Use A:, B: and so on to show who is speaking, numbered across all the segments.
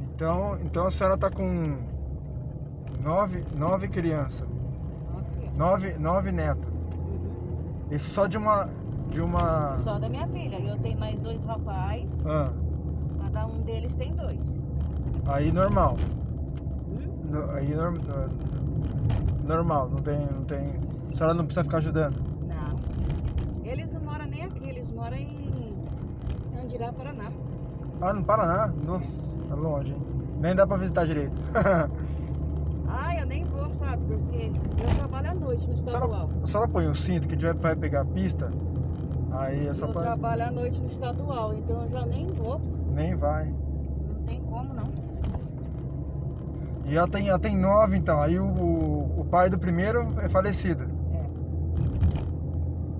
A: Então, então a senhora está com nove, nove crianças, nove, nove netos. Isso só de uma. De uma.
B: Só da minha filha. Eu tenho mais dois rapazes.
A: Ah,
B: Cada um deles tem dois.
A: aí normal.
B: Hum?
A: No- aí nor- no- normal, não tem, não tem. A senhora não precisa ficar ajudando.
B: Não. Eles não moram nem aqui, eles moram em Andirá, Paraná.
A: Ah, no Paraná? Nossa, tá longe, hein? Nem dá pra visitar direito.
B: Ah, eu nem vou, sabe? Porque eu trabalho à noite no
A: a, senhora,
B: estadual.
A: a senhora põe o cinto que a gente vai- vai pegar a pista. Aí é só
B: Eu
A: pra.
B: trabalho à noite no estadual, então eu já nem vou.
A: Nem vai.
B: Não tem como não.
A: E ela tem, ela tem nove então. Aí o, o, o pai do primeiro é falecido.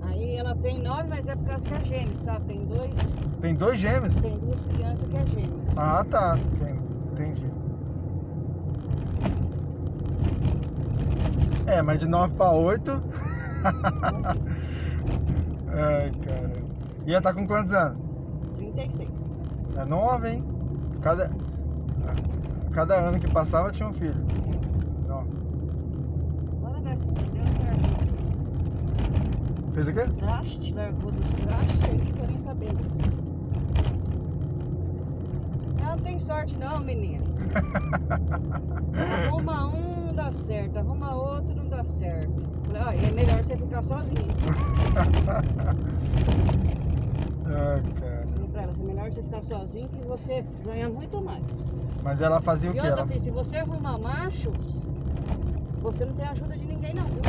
B: Aí ela tem nove, mas é por causa que é gêmeo, sabe? Tem dois,
A: Tem dois gêmeos?
B: tem duas crianças que é gêmeo.
A: Ah tá, tem- entendi. É, mas de 9 pra 8. Ai, cara. E ela tá com quantos anos?
B: 36.
A: É nova, hein? Cada, cada ano que passava tinha um filho. Nossa.
B: Bora ver se Deus
A: Fez o quê?
B: largou traste, largou dos trastes aí, que eu nem sabia. Ela não tem sorte não, menina. Arruma um, dá certo. Arruma outro, não dá certo. Falei, ó, é melhor você ficar sozinha.
A: Ai, cara.
B: Falei pra ela, é melhor você ficar sozinha que você ganha muito mais.
A: Mas ela fazia o
B: E
A: quê?
B: outra,
A: Ela...
B: filha, se você arrumar macho, você não tem ajuda de ninguém não, viu?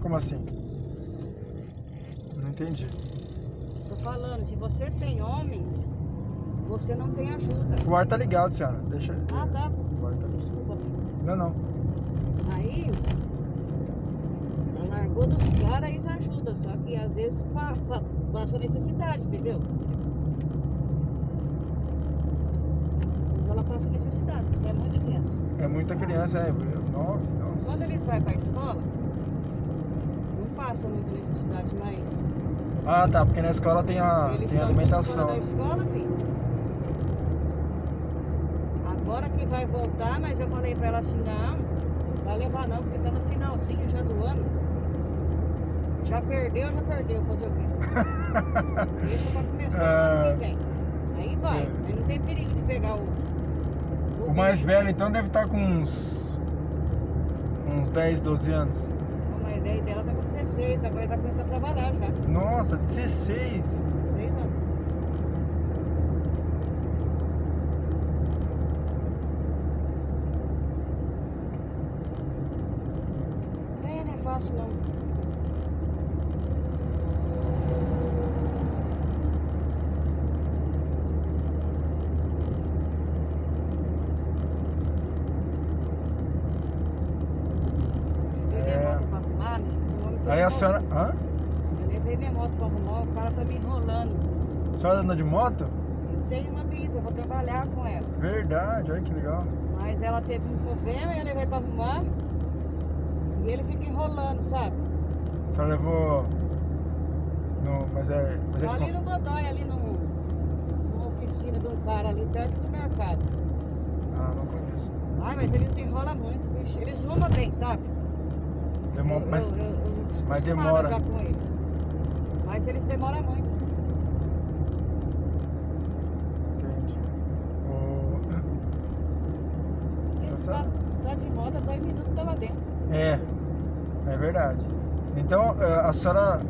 A: Como assim? Não entendi.
B: Tô falando, se você tem homem, você não tem ajuda.
A: O ar tá ligado, senhora. Deixa.
B: Ah, tá.
A: O ar tá ligado.
B: Desculpa.
A: Não, não.
B: Aí, ela largou dos caras, eles ajudam. Só que às vezes pa- pa- passa necessidade, entendeu? Mas ela passa necessidade, porque é muita criança.
A: É muita criança, é. Nove,
B: Quando
A: nossa.
B: eles vai pra escola, não passa muita necessidade, mas
A: Ah, tá, porque na escola tem a,
B: Eles
A: tem a
B: estão
A: alimentação.
B: da escola, filho. Agora que vai voltar, mas eu falei pra ela assim, não, vai levar não, porque tá no finalzinho já do ano. Já perdeu, já perdeu, fazer o quê? Deixa pra começar o ano que vem. Aí vai,
A: Ah, É.
B: aí não tem perigo de pegar o.
A: o mais
B: bicho.
A: velho, então, deve estar com uns. uns 10, 12 anos.
B: O mais velho dela tá com 16, agora vai começar a trabalhar já.
A: Nossa, 16!
B: 16 anos. É, não é fácil não.
A: É.
B: Eu levei
A: É.
B: minha moto pra arrumar, né? o homem tá todo
A: Aí a
B: mal-
A: senhora. Hã?
B: Eu levei minha moto pra arrumar, o cara tá me enrolando.
A: A senhora anda de moto?
B: Eu tenho uma bisa, eu vou trabalhar com ela.
A: Verdade, olha que legal.
B: Mas ela teve um problema e eu levei pra arrumar. E ele fica enrolando, sabe?
A: A senhora levou. No, mas é. Mas é
B: Só ali
A: de
B: no
A: conf...
B: Godoy, ali num, numa oficina de um cara ali perto do mercado.
A: Ah, não conheço.
B: Ai, mas ele se enrola muito, bicho. Eles rumam bem, sabe?
A: Demo...
B: Eu-
A: Mas,
B: eu- eu- eu acostumada
A: demora. Tá
B: já com eles. Mas eles demoram muito.
A: entendi. O...
B: Eles
A: Tá certo.
B: tá- tá de moto, dois minutos tá lá dentro.
A: É, é verdade. Então eh, a senhora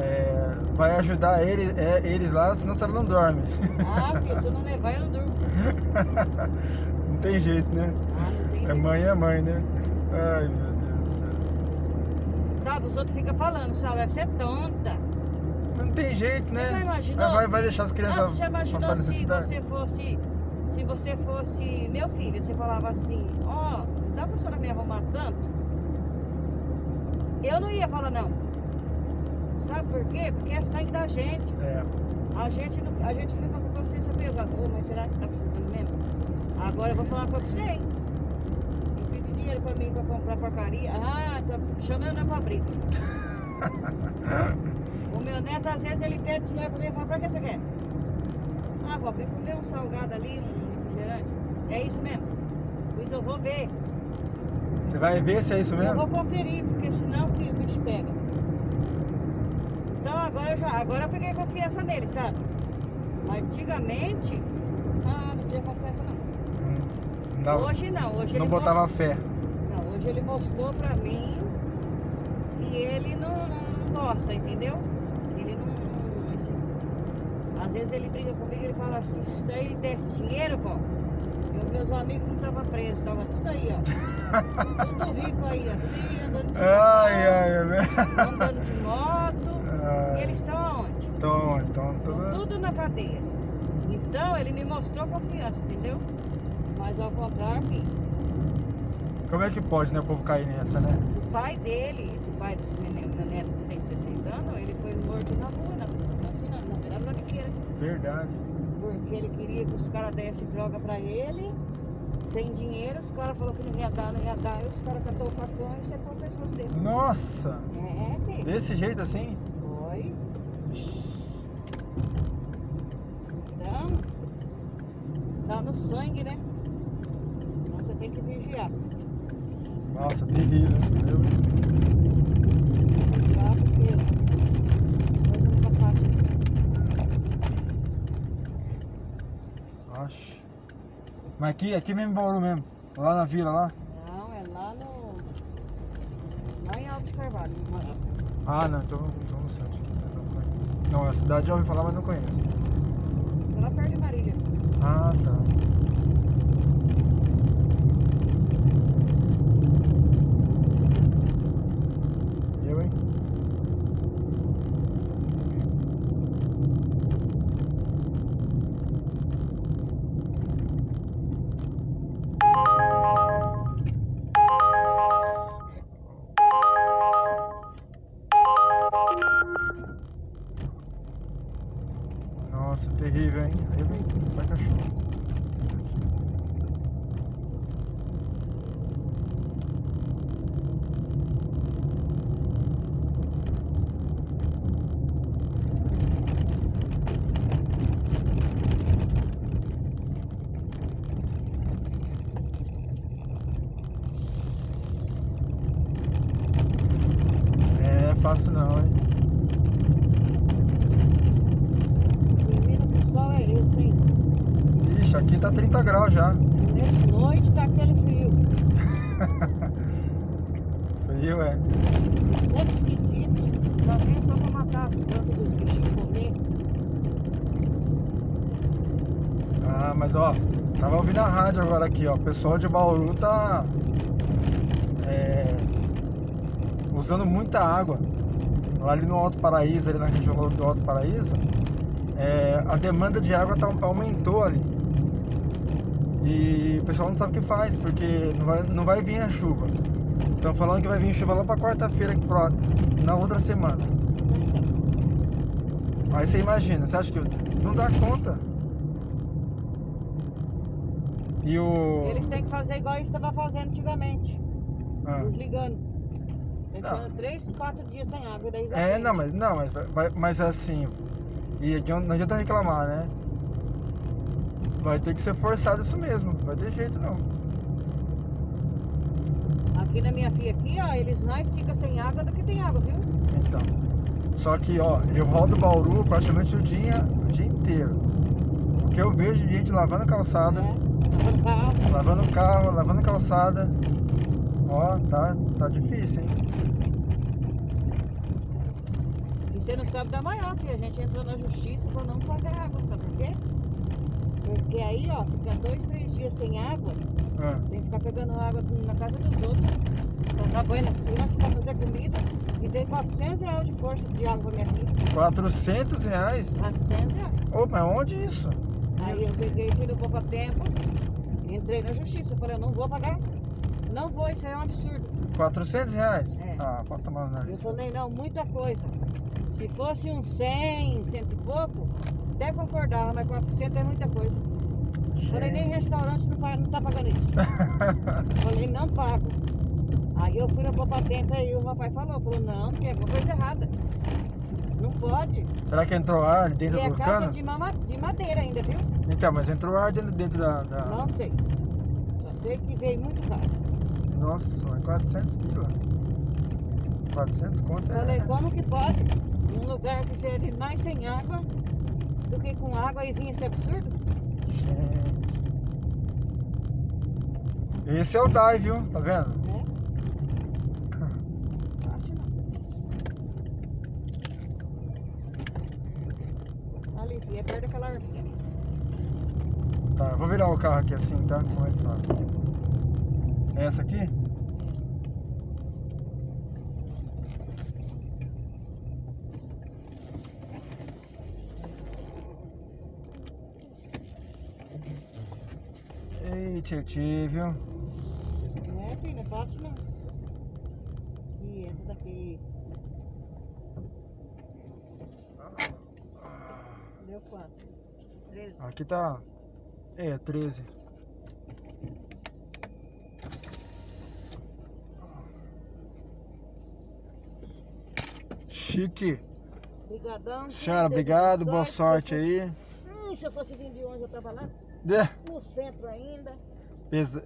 A: eh, vai ajudar ele- eh, eles lá, senão a senhora não dorme.
B: Ah, filho, se eu não levar, eu não durmo.
A: não tem jeito, né?
B: Ah, não tem
A: É
B: jeito.
A: mãe é mãe, né? Ai meu Deus do céu.
B: Sabe, os outros ficam falando, sabe? Você é tonta.
A: Não tem jeito, né?
B: Você já imaginou?
A: Mas Vai, vai deixar as
B: Ah,
A: crianças
B: você já
A: passar
B: imaginou se
A: necessidade.
B: você fosse. Se você fosse meu filho, você falava assim, ó, dá pra senhora me arrumar tanto? Eu não ia falar não. Sabe por quê? Porque é sangue da gente.
A: É,
B: A gente, não, a gente fica com a consciência pesada. Ô, mas será que tá precisando mesmo? Agora eu vou falar pra você, hein? Eu pedi dinheiro pra mim pra comprar porcaria. Ah, tá chamando na fábrica. O meu neto, às vezes, ele pede dinheiro pra mim e fala, pra que você quer? Ah, vó, vem comer um salgado ali, um refrigerante. É isso mesmo. Pois eu vou ver.
A: Você vai ver se é isso
B: Eu
A: mesmo?
B: vou conferir, porque senão que o bicho pega. Então agora eu já, agora eu peguei confiança nele, sabe? Antigamente, ah, não tinha confiança não.
A: Hum, Não, não, dava-
B: hoje não, hoje
A: não
B: ele
A: botava
B: mos-
A: fé.
B: Não, hoje ele mostrou pra mim e ele não, não gosta, entendeu? Ele não, não- assim, às vezes ele briga comigo, ele fala assim, se daí desse dinheiro, vó, eu- meus amigos não estavam presos, estavam tudo aí, ó. Tudo rico aí, ó. Tudo aí andando de
A: Ai,
B: carro,
A: ai, ai.
B: andando de moto.
A: Ah,
B: E eles estão aonde?
A: Então, então,
B: Estão
A: tudo...
B: tudo na cadeia. Então ele me mostrou confiança, entendeu? Mas ao contrário, filho,
A: Como é que pode, né, o povo cair nessa, né?
B: o pai dele, esse pai desse menino, meu neto que tem 16 anos, ele foi morto na rua, na, na, assim, na, na beirada da biqueira.
A: Verdade.
B: Porque ele queria que os caras dessem droga pra ele, sem dinheiro, os caras falaram que não ia dar, não ia dar, aí os caras catou o é facão e secou o pescoço dele.
A: Nossa!
B: É, filho.
A: Desse jeito assim?
B: Oi. Então, tá no sangue, né? Então você tem que vigiar.
A: Nossa, perigo, né?
B: Vigiar porque coisa não tá fácil.
A: Oxe. Mas aqui, aqui mesmo em Bauru mesmo. Lá na vila, lá.
B: Não, é lá no. Lá em Alto de Carvalho, em Roraima.
A: Ah, não, então, então não sei. onde que é, Não, conheço. Não, a cidade já ouvi falar, mas não conheço.
B: Tá lá perto de Marília.
A: Ah, tá. E Eu, hein? Nossa, terrível, hein? Aí vem essa cachorra. É, fácil não, hein?
B: Menino, que sol é esse, hein?
A: Ixi, aqui tá 30 graus já.
B: De noite tá aquele frio.
A: Frio, é.
B: Sempre esquisito. Só vem só pra matar as plantas dos bichinhos e comer.
A: Ah, mas ó, tava ouvindo a rádio agora aqui, ó. O pessoal de Bauru tá. é, usando muita água. Lá ali no Alto Paraíso, ali na região do Alto Paraíso, é, a demanda de água tá- aumentou ali. E o pessoal não sabe o que faz, porque não vai, não vai vir a chuva. Estão falando que vai vir chuva lá pra quarta-feira, que pro- na outra semana. Aí você imagina, você acha que não dá conta? E o.
B: Eles têm que fazer igual eu estava fazendo antigamente.
A: Ah.
B: Desligando. Deixando
A: Não.
B: três, quatro dias sem água. Daí já
A: É,
B: tem.
A: não, mas, não, mas, vai- mas assim. E adian- não adianta reclamar, né? Vai ter que ser forçado isso mesmo, não vai ter jeito não.
B: Aqui na minha filha aqui, ó, eles mais ficam sem água do que tem água, viu?
A: Então. Só que, ó, eu rodo Bauru praticamente o dia, o dia inteiro. O que eu vejo de gente lavando calçada,
B: É. Tá.
A: lavando carro, lavando calçada. Ó, tá, tá difícil, hein?
B: E você não sabe da maior, filha. A gente entrou na justiça pra não pagar água, sabe por quê? Porque aí, ó, fica dois, três dias sem água,
A: Ah.
B: tem que ficar pegando água na casa dos outros, pra dar banho nas crianças, pra fazer comida. E dei 400 reais de força de água pra minha filha.
A: 400 reais?
B: 400 reais.
A: Ô, mas onde isso?
B: Aí eu peguei, fui no pouco tempo, entrei na justiça, falei, eu não vou pagar, não vou, isso é um absurdo.
A: 400 reais?
B: É.
A: Ah, pode tomar no
B: Eu
A: nariz.
B: falei, não, muita coisa. Se fosse um 100, cento e pouco, até concordava, mas 400 é muita coisa. Falei, nem é. restaurante não, pa- não tá pagando isso. Falei, não pago. Aí eu fui no pouco tempo, aí o rapaz falou, falou, não, tem alguma coisa errada. Não pode.
A: Será que entrou ar
B: E
A: dentro
B: é
A: do
B: casa
A: cano?
B: de, mama- de madeira ainda, viu?
A: Então, mas entrou ar dentro, dentro da, da-
B: Não sei. Só sei que veio muito caro.
A: Nossa, mas 400 pila. 400 conto é...
B: Falei, como que pode? Um lugar que gere mais sem água do que com água e vinha esse absurdo?
A: Gente. Esse é o Dai, viu? Tá vendo?
B: Né? Fácil não. Ali, filho, é perto daquela arminha ali.
A: Tá, eu vou virar o carro aqui assim, tá? Fica Mais fácil. É Essa aqui? Ei, Tietê, viu?
B: Não é, filho, não é fácil não. E entra daqui. Deu quanto? 13.
A: Aqui tá. É, 13. Chique.
B: Obrigadão.
A: Senhora, obrigado. Boa sorte aí.
B: Hum, se eu fosse vir de onde eu tava lá,
A: Dê-
B: no centro ainda.
A: pesa-